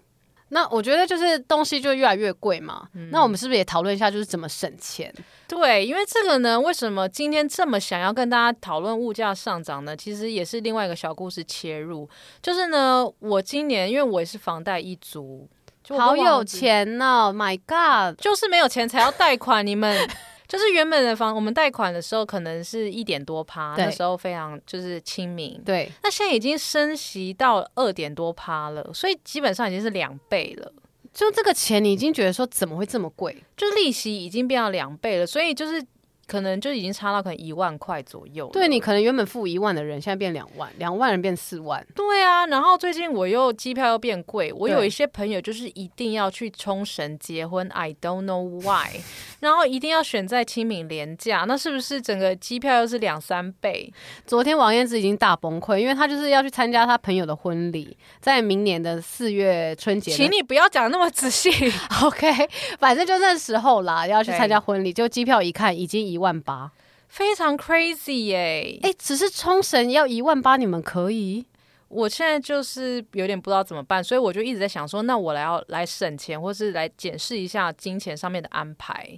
Speaker 2: 那我觉得就是东西就越来越贵嘛。
Speaker 1: 嗯
Speaker 2: 那我们是不是也讨论一下，就是怎么省钱？
Speaker 1: 对，因为这个呢，为什么今天这么想要跟大家讨论物价上涨呢？其实也是另外一个小故事切入，就是呢，我今年因为我也是房贷一族，就我跟
Speaker 2: 好有
Speaker 1: 王子，
Speaker 2: 钱呢、m y God！
Speaker 1: 就是没有钱才要贷款，你们。就是原本的房，我们贷款的时候可能是一点多趴，
Speaker 2: 对
Speaker 1: 那时候非常就是亲民。
Speaker 2: 对，
Speaker 1: 那现在已经升息到二点多趴了，所以基本上已经是两倍了，
Speaker 2: 就这个钱你已经觉得说怎么会这么贵？
Speaker 1: 就利息已经变到两倍了，所以就是可能就已经差到可能一万块左右了。
Speaker 2: 对你可能原本付一万的人，现在变两万，两万人变四万，
Speaker 1: 对啊，然后最近我又机票又变贵，我有
Speaker 2: 对
Speaker 1: 一些朋友就是一定要去冲绳结婚，I don't know why，然 后一定要选在清明廉假，那是不是整个机票又是两三倍？
Speaker 2: 昨天王燕姿已经大崩溃，因为她就是要去参加她朋友的婚礼，在明年的四月春节的。
Speaker 1: 请你不要讲那么仔细，
Speaker 2: OK，反正就那时候啦，要去
Speaker 1: 对
Speaker 2: 参加婚礼，就机票一看已经一万八。
Speaker 1: 非常 crazy 耶、
Speaker 2: 哎、只是冲绳要一万八，你们可以？
Speaker 1: 我现在就是有点不知道怎么办，所以我就一直在想说，那我来要来省钱，或是来检视一下金钱上面的安排。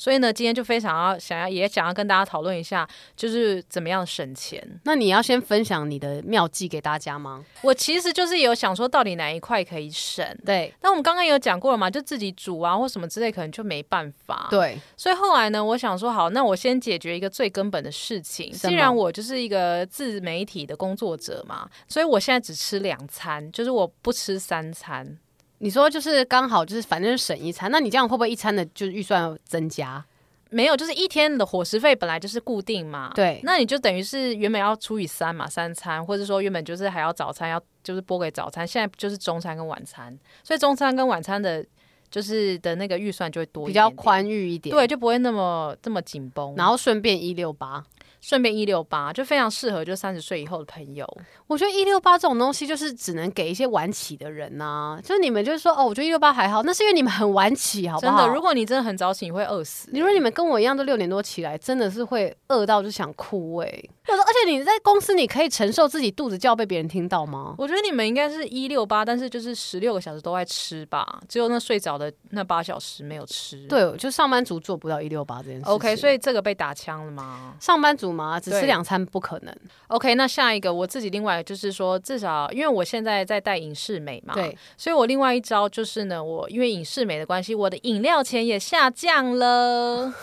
Speaker 1: 所以呢，今天就非常要想要也想要跟大家讨论一下，就是怎么样省钱。
Speaker 2: 那你要先分享你的妙计给大家吗？
Speaker 1: 我其实就是有想说，到底哪一块可以省。
Speaker 2: 对
Speaker 1: 但我们刚刚有讲过了嘛，就自己煮啊或什么之类，可能就没办法。，
Speaker 2: 对，
Speaker 1: 所以后来呢，我想说，好，那我先解决一个最根本的事情。
Speaker 2: 什么
Speaker 1: 既然我就是一个自媒体的工作者嘛，所以我现在只吃两餐，就是我不吃三餐。
Speaker 2: 你说就是刚好就是反正省一餐，那你这样会不会一餐的就是预算增加？
Speaker 1: 没有，就是一天的伙食费本来就是固定嘛，
Speaker 2: 对
Speaker 1: 那你就等于是原本要除以三嘛，三餐，或者说原本就是还要早餐要就是拨给早餐，现在就是中餐跟晚餐，所以中餐跟晚餐的，就是的那个预算就会多一
Speaker 2: 比较
Speaker 1: 点点，
Speaker 2: 宽裕一点。
Speaker 1: 对，，就不会那么这么紧绷，
Speaker 2: 然后顺便一六八。
Speaker 1: 顺便一六八就非常适合就三十岁以后的朋友，
Speaker 2: 我觉得一六八这种东西就是只能给一些晚起的人呐、就是你们就是说哦，我觉得一六八还好，那是因为你们很晚起，好不
Speaker 1: 真
Speaker 2: 好？
Speaker 1: 的，如果你真的很早起，你会饿死。
Speaker 2: 你说你们跟我一样都六点多起来，真的是会饿到就想哭哎、有时候而且你在公司，你可以承受自己肚子叫被别人听到吗？
Speaker 1: 我觉得你们应该是一六八，但是就是十六个小时都在吃吧，只有那睡着的那八小时没有吃。
Speaker 2: 对，就上班族做不到一六八这件事情。
Speaker 1: ，OK，所
Speaker 2: 以
Speaker 1: 以这个被打枪了吗？
Speaker 2: 上班族嘛，只吃
Speaker 1: 对
Speaker 2: 两餐不可能。
Speaker 1: OK，那下一个我自己另外就是说，至少因为我现在在带影视美嘛，，
Speaker 2: 对，
Speaker 1: 所以我另外一招就是呢，我因为影视美的关系，我的饮料钱也下降了。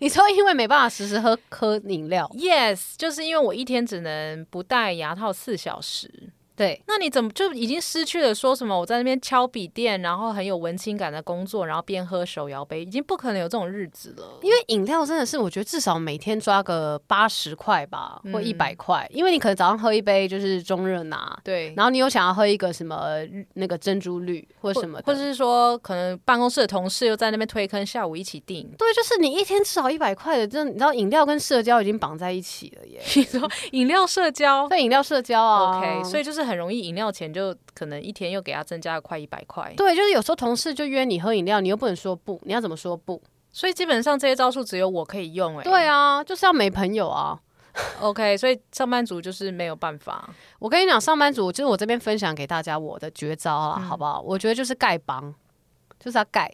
Speaker 2: 你说因为没办法时时喝喝饮料，
Speaker 1: yes，就是因为我一天只能不戴牙套四小时。
Speaker 2: 对，
Speaker 1: 那你怎么就已经失去了说什么我在那边敲笔电，然后很有文青感的工作，然后边喝手摇杯，已经不可能有这种日子了。
Speaker 2: 因为饮料真的是，我觉得至少每天抓个八十块吧，或
Speaker 1: 嗯
Speaker 2: 一百块，因为你可能早上喝一杯就是中热拿，
Speaker 1: 对，
Speaker 2: 然后你又想要喝一个什么那个珍珠绿或
Speaker 1: 或
Speaker 2: 什么的，
Speaker 1: 或者是说可能办公室的同事又在那边推坑，下午一起 订饮
Speaker 2: 对，就是你一天至少一百块的，真的你知道饮料跟社交已经绑在一起 了耶。
Speaker 1: 饮料社交。
Speaker 2: 对，饮料社交啊
Speaker 1: OK，所
Speaker 2: 以
Speaker 1: 以就是很容易饮料钱就可能一天又给他增加了快一百块，
Speaker 2: 对，就是有时候同事就约你喝饮料，你又不能说不，你要怎么说不？
Speaker 1: 所以基本上这些招数只有我可以用哎、
Speaker 2: 对啊，就是要没朋友啊。
Speaker 1: ，OK，所以上班族就是没有办法，
Speaker 2: 我跟你讲，上班族就是我这边分享给大家我的绝招啊，
Speaker 1: 嗯
Speaker 2: 好不好？我觉得就是丐帮，就是要盖。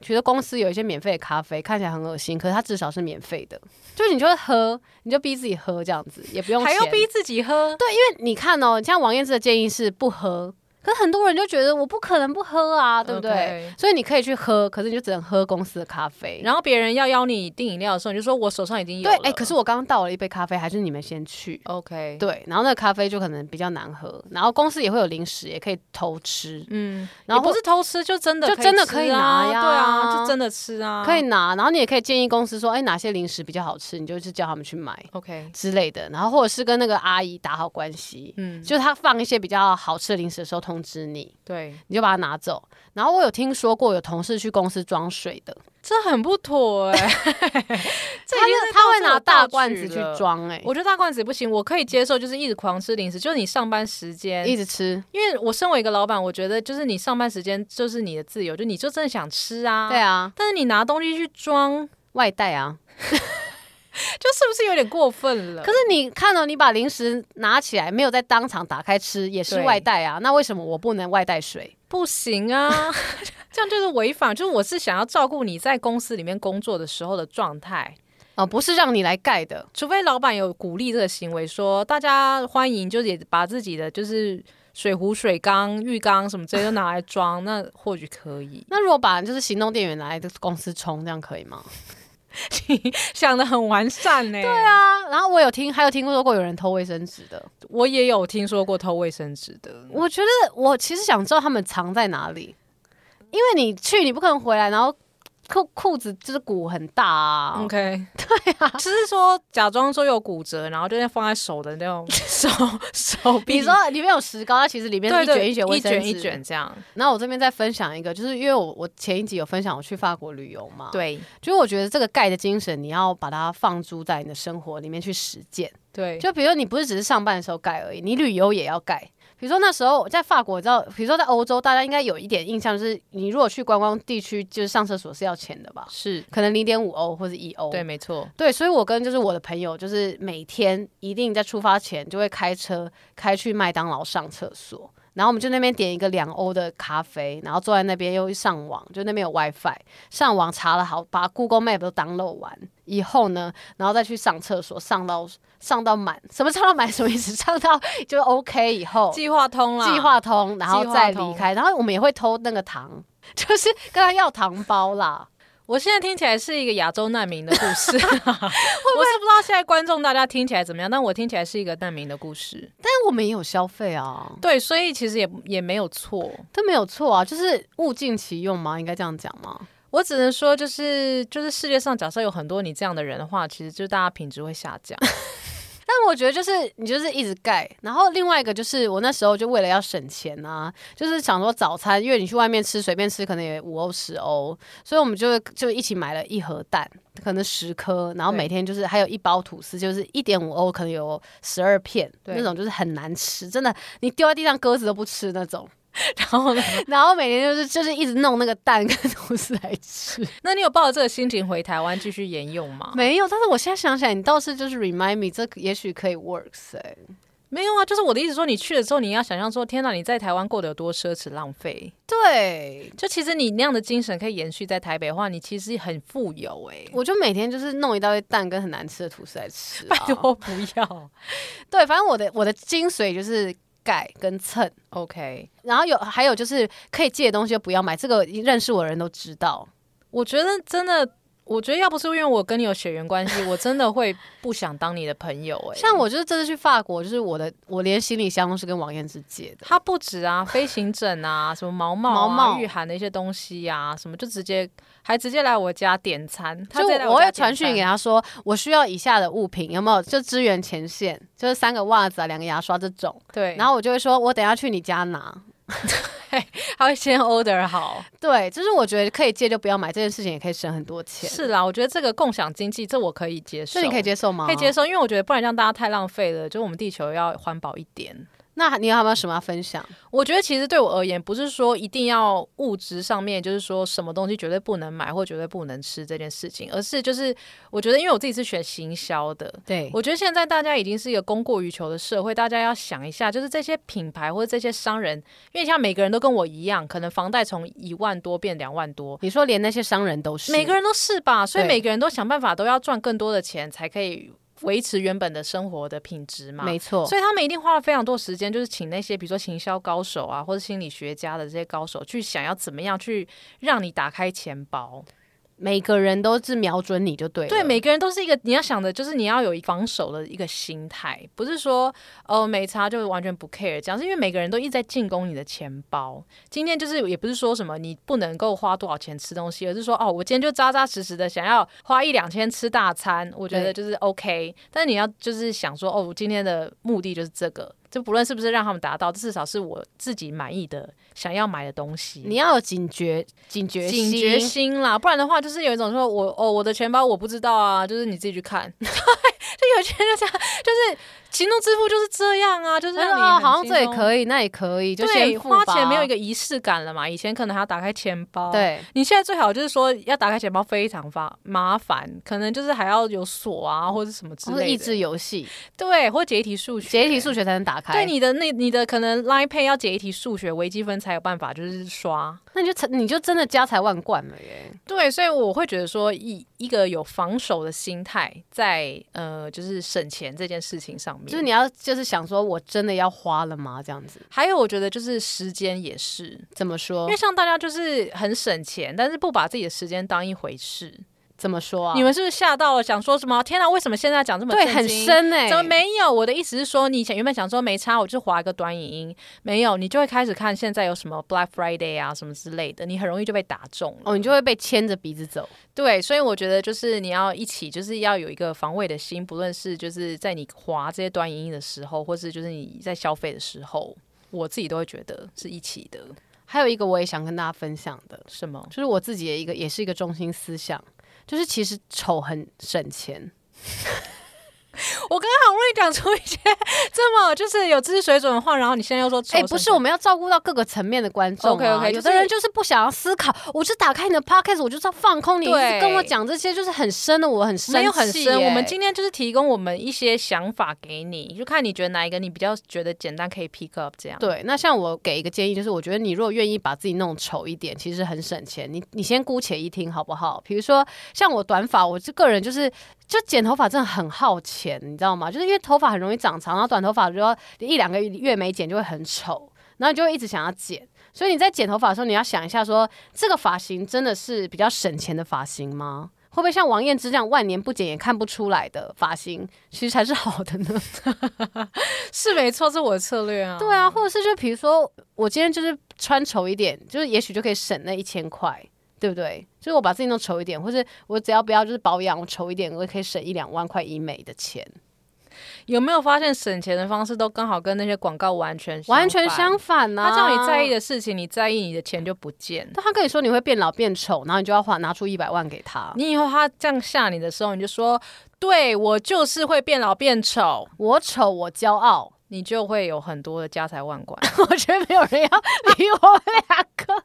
Speaker 2: 觉得公司有一些免费的咖啡，看起来很恶心，可是它至少是免费的，就是你就会喝，你就逼自己喝这样子，也不用
Speaker 1: 还要
Speaker 2: 钱
Speaker 1: 逼自己喝，对，
Speaker 2: 你看哦，像王燕姿的建议是不喝，可是很多人就觉得我不可能不喝啊，对不对
Speaker 1: OK
Speaker 2: 所以你可以去喝，可是你就只能喝公司的咖啡。
Speaker 1: 然后别人要邀你订饮料的时候，你就说我手上已经有
Speaker 2: 对
Speaker 1: 了，，
Speaker 2: 哎、可是我刚刚倒了一杯咖啡，还是你们先去。
Speaker 1: OK，，
Speaker 2: 对，然后那个咖啡就可能比较难喝，然后公司也会有零食，也可以偷吃，
Speaker 1: 嗯，
Speaker 2: 然
Speaker 1: 然
Speaker 2: 后
Speaker 1: 后不是偷吃，就真的
Speaker 2: 就真的可以
Speaker 1: 吃
Speaker 2: 拿
Speaker 1: 啊，
Speaker 2: 呀
Speaker 1: 对啊，就真的吃啊，
Speaker 2: 可以拿，然后你也可以建议公司说，哎、哪些零食比较好吃，你就去叫他们去买
Speaker 1: OK，
Speaker 2: 之类的，然后或者是跟那个阿姨打好关系，
Speaker 1: 嗯，
Speaker 2: 就他放一些比较好吃的零食的时候通知你，
Speaker 1: 对，
Speaker 2: 你就把它拿走。然后我有听说过有同事去公司装水的，
Speaker 1: 这很不 妥哎、这
Speaker 2: 他
Speaker 1: 已经
Speaker 2: 那
Speaker 1: 是
Speaker 2: 他
Speaker 1: 到
Speaker 2: 会
Speaker 1: 这
Speaker 2: 拿
Speaker 1: 种
Speaker 2: 大
Speaker 1: 道
Speaker 2: 罐
Speaker 1: 具
Speaker 2: 子去
Speaker 1: 了
Speaker 2: 装、欸，
Speaker 1: 我觉得大罐子也不行，我可以接受，就是一直狂吃零食，就是你上班时间，
Speaker 2: 一直吃。
Speaker 1: 因为我身为一个老板，我觉得就是你上班时间就是你的自由，就你就真的想吃啊，
Speaker 2: 对。啊，
Speaker 1: 但是你拿东西去装，
Speaker 2: 外带啊。
Speaker 1: 就是不是有点过分了？
Speaker 2: 可是你看哦到你把零食拿起来，没有在当场打开吃，也是
Speaker 1: 对
Speaker 2: 外带啊。那为什么我不能外带水？
Speaker 1: 不行啊， 这样就是违反。就是我是想要照顾你在公司里面工作的时候的状态，
Speaker 2: 哦、不是让你来盖的。
Speaker 1: 除非老板有鼓励这个行为说，大家欢迎，就是也把自己的就是水壶、水缸、浴缸什么这些都拿来装，那或许可以。
Speaker 2: 那如果把就是行动电源拿来公司充，这样可以吗？
Speaker 1: 想的很完善呢、
Speaker 2: 对，啊，然后我有听，还有听说过有人偷卫生纸的。
Speaker 1: 我也有听说过偷卫生纸的，
Speaker 2: 我觉得我其实想知道他们藏在哪里，因为你去你不可能回来，然后裤裤子就是鼓很大啊。
Speaker 1: 嗯 OK，对 啊，就是说假装说有骨折，然后就在放在手的那种手手臂，
Speaker 2: 你说里面有石膏，它其实里面是
Speaker 1: 对对
Speaker 2: 一卷一卷卫
Speaker 1: 一
Speaker 2: 生纸。
Speaker 1: 卷一卷。这样，
Speaker 2: 然后我这边再分享一个，就是因为我我前一集有分享我去法国旅游嘛，，
Speaker 1: 对
Speaker 2: 就是我觉得这个钙的精神，你要把它放诸在你的生活里面去实践。
Speaker 1: 对，
Speaker 2: 就比如说你不是只是上班的时候盖而已，你旅游也要盖。比如说那时候在法国，知道，比如说在欧洲，大家应该有一点印象，就是你如果去观光地区，就是上厕所是要钱的吧？
Speaker 1: 是
Speaker 2: 可能零点五欧或者一欧。
Speaker 1: 对，没错，
Speaker 2: 对，所以我跟就是我的朋友，就是每天一定在出发前就会开车开去麦当劳上厕所，然后我们就那边点一个两欧的咖啡，然后坐在那边又上网，就那边有 WiFi，上网查了好，把 Google Map 都 download 完以后呢，然后再去上厕所，上到上到满，什么上到满什么意思？ 上到就 OK 以后，
Speaker 1: 哦计划通了，
Speaker 2: 计划通，然后
Speaker 1: 计划
Speaker 2: 再离
Speaker 1: 通
Speaker 2: 开，然后我们也会偷那个糖， 就是跟他要糖包啦。
Speaker 1: 我现在听起来是一个亚洲难民的故事， 我是不知道现在观众大家听起来怎么样，但我听起来是一个难民的故事。
Speaker 2: 但我们也有消费啊，
Speaker 1: 对，所以其实也也没有错，
Speaker 2: 这没有错啊，就是物尽其用嘛，应该这样讲嘛。
Speaker 1: 我只能说就是就是世界上假设有很多你这样的人的话，其实就大家品质会下 降。
Speaker 2: 但我觉得就是你就是一直盖，然后另外一个就是我那时候就为了要省钱啊，就是想说早餐，因为你去外面吃随便吃可能也五欧十欧，所以我们就就一起买了一盒蛋，可能十颗，然后
Speaker 1: 对
Speaker 2: 每天就是还有一包吐司，就是一点五欧，可能有十二片
Speaker 1: 对
Speaker 2: 那种，就是很难吃，真的你丢在地上鸽子都不吃那种。
Speaker 1: 然后呢，
Speaker 2: 然后每天就是就是一直弄那个蛋跟吐司来吃。
Speaker 1: 那你有抱着这个心情回台湾继续沿用 吗？
Speaker 2: 没有，但是我现在想起来，你倒是就是 remind me，这也许可以 works 哎、
Speaker 1: 没有啊，就是我的意思说，你去了之后，你要想象说，天哪，你在台湾过得有多奢侈浪 费。
Speaker 2: 对，
Speaker 1: 就其实你那样的精神可以延续在台北的话，你其实很富有哎、
Speaker 2: 我就每天就是弄一大堆蛋跟很难吃的吐司来吃、啊。
Speaker 1: 拜托不要。
Speaker 2: 对，反正我的我的精髓就是改跟蹭，
Speaker 1: OK，
Speaker 2: 然后有还有就是可以借的东西就不要买，这个认识我的人都知道。
Speaker 1: 我觉得真的，我觉得要不是因为我跟你有血缘关系，我真的会不想当你的朋友哎、
Speaker 2: 像我就是这次去法国，就是我的我连行李箱都是跟王燕之借的。
Speaker 1: 它不止啊，飞行枕啊，什么毛毛、啊、
Speaker 2: 毛毛
Speaker 1: 御寒的一些东西啊，什么就直接还直接来我家点餐，他
Speaker 2: 就
Speaker 1: 直接来家
Speaker 2: 我会
Speaker 1: 点
Speaker 2: 传讯
Speaker 1: 餐
Speaker 2: 给他说，我需要以下的物品，有没有？就支援前线，就是三个袜子啊，两个牙刷这种。
Speaker 1: 对，
Speaker 2: 然后我就会说，我等一下去你家拿。
Speaker 1: 他会先 order 好。
Speaker 2: 对，就是我觉得可以借就不要买，这件事情也可以省很多钱。，
Speaker 1: 是啦，我觉得这个共享经济这我可以接受，
Speaker 2: 这你可以接受吗？
Speaker 1: 可以接。受，因为我觉得不然让大家太浪费了，就是我们地球要环保一点。
Speaker 2: 那你有没有什么要分享？
Speaker 1: 我觉得其实对我而言，不是说一定要物质上面，就是说什么东西绝对不能买或绝对不能吃这件事情，而是就是我觉得，因为我自己是学行销的，
Speaker 2: 对
Speaker 1: 我觉得现在大家已经是一个供过于求的社会，大家要想一下，就是这些品牌或者这些商人，因为像每个人都跟我一样，可能房贷从一万多变两万多，
Speaker 2: 你说连那些商人都是
Speaker 1: 每个人都是吧，所以
Speaker 2: 对
Speaker 1: 每个人都想办法都要赚更多的钱，才可以维持原本的生活的品质嘛。
Speaker 2: 没错，
Speaker 1: 所以他们一定花了非常多时间，就是请那些比如说行销高手啊，或者心理学家的这些高手，去想要怎么样去让你打开钱包。
Speaker 2: 每个人都是瞄准你就对了。
Speaker 1: 对，每个人都是一个你要想的，就是你要有防守的一个心态，不是说呃没差就完全不 care 这样，是因为每个人都一直在进攻你的钱包。今天就是也不是说什么你不能够花多少钱吃东西，而是说哦，我今天就扎扎实实的想要花一两千吃大餐，我觉得就是 OK。但是你要就是想说哦，我今天的目的就是这个，就不论是不是让他们达到，至少是我自己满意的想要买的东西。
Speaker 2: 你要有警觉、警觉
Speaker 1: 警
Speaker 2: 心。
Speaker 1: 觉心啦，不然的话就是有一种说我哦我的钱包我不知道啊，就是你自己去看。 对，就有些人就这样，就是行动支付就是这样啊，就是
Speaker 2: 我说
Speaker 1: 让你
Speaker 2: 哦，好像
Speaker 1: 很轻
Speaker 2: 这也
Speaker 1: 松
Speaker 2: 可以，那也可以，就
Speaker 1: 对
Speaker 2: 先付
Speaker 1: 花
Speaker 2: 吧
Speaker 1: 钱没有一个仪式感了嘛，以前可能还要打开钱包。。
Speaker 2: 对。
Speaker 1: 你现在最好就是说要打开钱包非常麻麻烦，可能就是还要有锁啊或者什么之
Speaker 2: 或者
Speaker 1: 类
Speaker 2: 益
Speaker 1: 的，
Speaker 2: 智游戏，
Speaker 1: 对，或解一题数学，
Speaker 2: 哦解一题数学才能打开。
Speaker 1: 对，你的那你的可能 Line Pay 要解一题数学微积分才有办法就是刷，
Speaker 2: 那你就成你就真的家财万贯了耶！
Speaker 1: 对，所以我会觉得说，一一个有防守的心态在呃，就是省钱这件事情上面，
Speaker 2: 就是你要就是想说，我真的要花了吗？这样子
Speaker 1: 还有我觉得就是时间也是，因
Speaker 2: 怎么说
Speaker 1: 为？像大家就是很省钱，但是不把自己的时间当一回事。
Speaker 2: 怎么说啊？
Speaker 1: 你们是不是吓到了？想说什么？天哪，为什么现在讲这么
Speaker 2: 对
Speaker 1: 震
Speaker 2: 很
Speaker 1: 惊？
Speaker 2: 深哎、
Speaker 1: 怎么没有？我的意思是说，你以前原本想说没差，我就划一个短影音，没有，你就会开始看现在有什么 Black Friday 啊什么之类的，你很容易就被打中了。
Speaker 2: 哦，你就会被牵着鼻子走。
Speaker 1: 对，所以我觉得就是你要一起，就是要有一个防卫的心，不论是就是在你划这些短影音的时候，或是就是你在消费的时候，我自己都会觉得是一起的。
Speaker 2: 还有一个我也想跟大家分享的，
Speaker 1: 什么？
Speaker 2: 就是我自己的一个，也是一个中心思想，就是其实丑很省钱。
Speaker 1: 我刚刚好不容易讲出一些这么就是有知识水准的话，然后你现在又说丑
Speaker 2: 哎、
Speaker 1: 什么，
Speaker 2: 不是，我们要照顾到各个层面的观众、啊。
Speaker 1: OK，OK，
Speaker 2: 有
Speaker 1: 就
Speaker 2: 的
Speaker 1: 是
Speaker 2: 人就是不想要思考，我就打开你的 podcast，我就是要放空你，一
Speaker 1: 对
Speaker 2: 直跟我讲这些，就是很深的，我很生气耶、
Speaker 1: 没有很深。我们今天就是提供我们一些想法给你，就看你觉得哪一个你比较觉得简单可以 pick up 这样。
Speaker 2: 对，那像我给一个建议，就是我觉得你如果愿意把自己弄丑一点，其实很省钱。你你先姑且一听好不好？比如说像我短发，我这个人就是就剪头发真的很耗钱，你知道吗？就是因为头发很容易长长，然后短头发如果一两个月没剪就会很丑，然后你就会一直想要剪。所以你在剪头发的时候，你要想一下说这个发型真的是比较省钱的发型吗？会不会像王燕之这样万年不剪也看不出来的发型，其实才是好的呢？
Speaker 1: 是没错，是我的策略啊。
Speaker 2: 对啊，或者是就比如说，我今天就是穿丑一点，就是也许就可以省那一千块，对不对？就是我把自己弄丑一点，或是我只要不要就是保养，我丑一点，我可以省一两万块医美的钱，
Speaker 1: 有没有发现省钱的方式都刚好跟那些广告完全
Speaker 2: 完全
Speaker 1: 反
Speaker 2: 相反呢、
Speaker 1: 他叫你在意，
Speaker 2: 啊
Speaker 1: 的事情，你在意，你的钱就不见。
Speaker 2: 但他跟你说你会变老变丑，然后你就要花拿出一百万给他。
Speaker 1: 你以后他这样吓你的时候，你就说：“对我就是会变老变丑。
Speaker 2: 我丑，我骄傲。”
Speaker 1: 你就会有很多的家财万贯，
Speaker 2: 我觉得没有人要理我 们两个。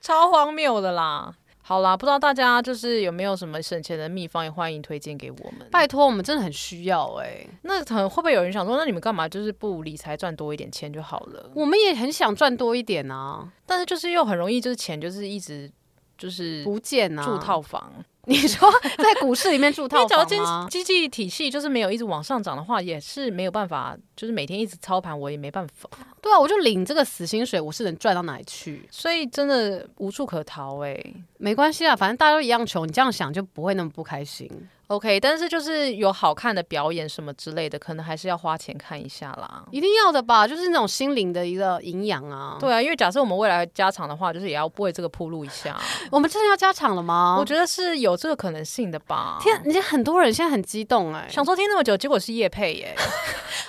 Speaker 1: 超荒谬的啦！好啦，不知道大家就是有没有什么省钱的秘方，也欢迎推荐给我们。
Speaker 2: 拜托，我们真的很需要哎、
Speaker 1: 那可能会不会有人想说，那你们干嘛就是不理财赚多一点钱就好了？
Speaker 2: 我们也很想赚多一点啊，
Speaker 1: 但是就是又很容易就是钱就是一直就是
Speaker 2: 不见啊，
Speaker 1: 住。套房，
Speaker 2: 你说在股市里 面住
Speaker 1: 因为
Speaker 2: 套
Speaker 1: 只要
Speaker 2: 房啊
Speaker 1: 经
Speaker 2: 吗？
Speaker 1: 经济体系就是没有一直往上涨的话，也是没有办法，就是每天一直操盘，我也没办法，
Speaker 2: 对啊，我就领这个死薪水，我是能赚到哪里去？
Speaker 1: 所以真的无处可逃哎、
Speaker 2: 没关系啊，反正大家都一样穷，你这样想就不会那么不开心。
Speaker 1: OK，但是就是有好看的表演什么之类的，可能还是要花钱看一下啦。
Speaker 2: 一定要的吧，就是那种心灵的一个营养啊。，
Speaker 1: 对啊，因为假设我们未来加长的话，就是也要为这个铺路一下。
Speaker 2: 我们真的要加场了吗？
Speaker 1: 我觉得是有这个可能性的吧。
Speaker 2: 啊天，人家很多人现在很激动哎、
Speaker 1: 想说听那么久，结果是叶配耶、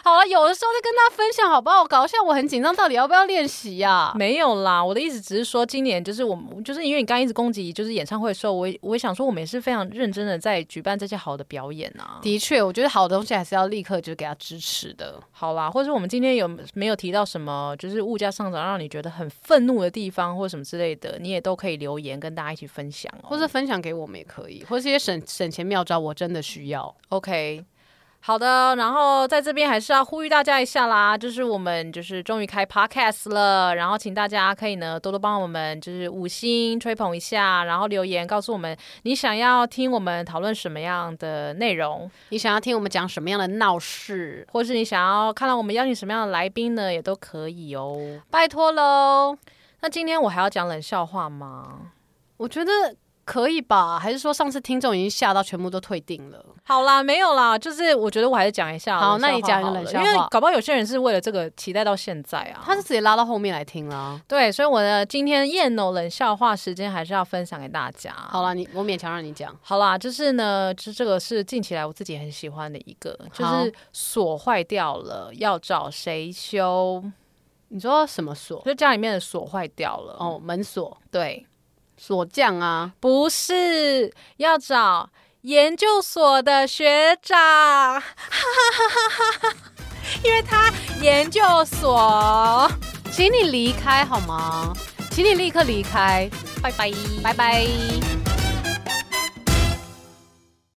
Speaker 2: 好了，有的时候再跟大家分享好不好？搞一下，我很紧张，到底要不要练习呀、
Speaker 1: 没有啦，我的意思只是说，今年就是我们，就是因为你刚刚一直攻击就是演唱会的时候，我也我也想说，我们也是非常认真的在举办这些好的表演啊。
Speaker 2: 的确，我觉得好的东西还是要立刻就给他支持的。
Speaker 1: 好啦，或者我们今天有没有提到什么，就是物价上涨让你觉得很愤怒的地方，或什么之类的，你也都可以留言跟大家一起分享哦。
Speaker 2: 或者分享给我们也可以，或者一些省省钱妙招，我真的需要。
Speaker 1: OK。好的，然后在这边还是要呼吁大家一下啦，就是我们就是终于开 podcast 了，然后请大家可以呢多多帮我们就是五星吹捧一下，然后留言告诉我们你想要听我们讨论什么样的内容，
Speaker 2: 你想要听我们讲什么样的闹事？
Speaker 1: 或是你想要看到我们邀请什么样的来宾呢，也都可以哦。
Speaker 2: 拜托喽。
Speaker 1: 那今天我还要讲冷笑话吗？
Speaker 2: 我觉得可以吧？还是说上次听众已经吓到全部都退订了？
Speaker 1: 好啦，没有啦，就是我觉得我还是讲一下
Speaker 2: 好
Speaker 1: 冷笑
Speaker 2: 那你
Speaker 1: 话
Speaker 2: 讲一个
Speaker 1: 好
Speaker 2: 冷
Speaker 1: 了
Speaker 2: 笑
Speaker 1: 因为
Speaker 2: 话
Speaker 1: 搞不好有些人是为了这个期待到现在啊。
Speaker 2: 他是直接拉到后面来听啦。
Speaker 1: 对，所以我的今天夜农冷笑话时间还是要分享给大家。
Speaker 2: 好
Speaker 1: 好，
Speaker 2: 啦，你我勉强让你讲。
Speaker 1: 好啦，就是呢，就这个是近期来我自己很喜欢的一个，就
Speaker 2: 好
Speaker 1: 是锁坏掉了，要找谁修？
Speaker 2: 你说什么锁？
Speaker 1: 就家里面的锁坏掉了。哦，
Speaker 2: 哦，门锁、
Speaker 1: 对，
Speaker 2: 锁匠啊，
Speaker 1: 不是要找研究所的学长，哈哈 哈哈哈哈，因为他研究所。
Speaker 2: 请你离开好吗？请你立刻离开，
Speaker 1: 拜拜，
Speaker 2: 拜拜。